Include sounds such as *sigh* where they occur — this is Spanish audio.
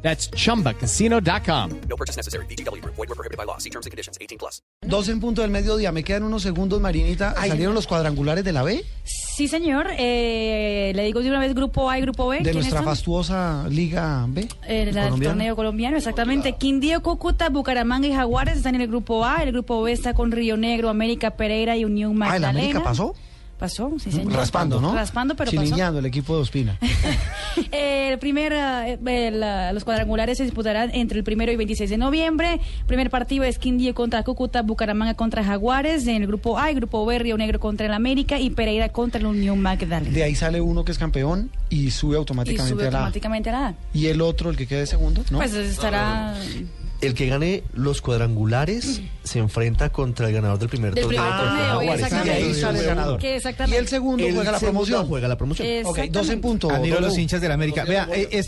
That's chumbacasino.com. No purchase necessary. BGW. Void were prohibited by law. See terms and conditions. 18 plus. 12 en punto del mediodía, me quedan unos segundos, Marinita. ¿Salieron los cuadrangulares de la B? Sí, señor. Eh, le digo de una vez grupo A y grupo B. De ¿Quiénes nuestra son? fastuosa Liga B. Eh, la del colombiana. torneo colombiano, exactamente. Quindío, Cúcuta, Bucaramanga y Jaguares están en el grupo A. El grupo B está con Río Negro, América, Pereira y Unión Ah, ¿el Magdalena. América pasó? Pasó, sí, señor. Raspando, ¿no? Raspando, pero pasó. Chiliñando el equipo de Ospina. Eh, *laughs* el primer, eh, el, eh, los cuadrangulares se disputarán entre el primero y 26 de noviembre. Primer partido es Quindío contra Cúcuta, Bucaramanga contra Jaguares. En el grupo A, el grupo B, Río Negro contra el América y Pereira contra la Unión Magdalena. De ahí sale uno que es campeón y sube y automáticamente sube a la A. automáticamente a la A. Y el otro, el que quede segundo, ¿no? Pues estará El que gane los Mm. cuadrangulares se enfrenta contra el ganador del primer del torneo. primer contra torneo, Jaguares. Y ah, ahí exactamente. sale el ganador. Que Y exactamente. el segundo El juega la segundo promoción. Juega la promoción. Ok, 12 en punto. Admiro a W. los hinchas del América. Vea, eh, es-